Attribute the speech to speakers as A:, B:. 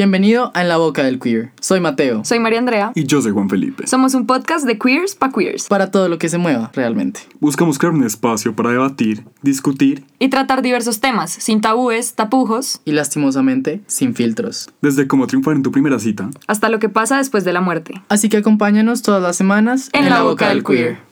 A: Bienvenido a En la Boca del Queer. Soy Mateo.
B: Soy María Andrea.
C: Y yo soy Juan Felipe.
B: Somos un podcast de queers para queers.
A: Para todo lo que se mueva, realmente.
C: Buscamos crear un espacio para debatir, discutir,
B: Y tratar diversos temas, sin tabúes, tapujos,
A: Y lastimosamente, sin filtros.
C: desde cómo triunfar en tu primera cita
B: hasta lo que pasa después de la muerte.
A: Así que acompáñanos todas las semanas
B: En la Boca del Queer.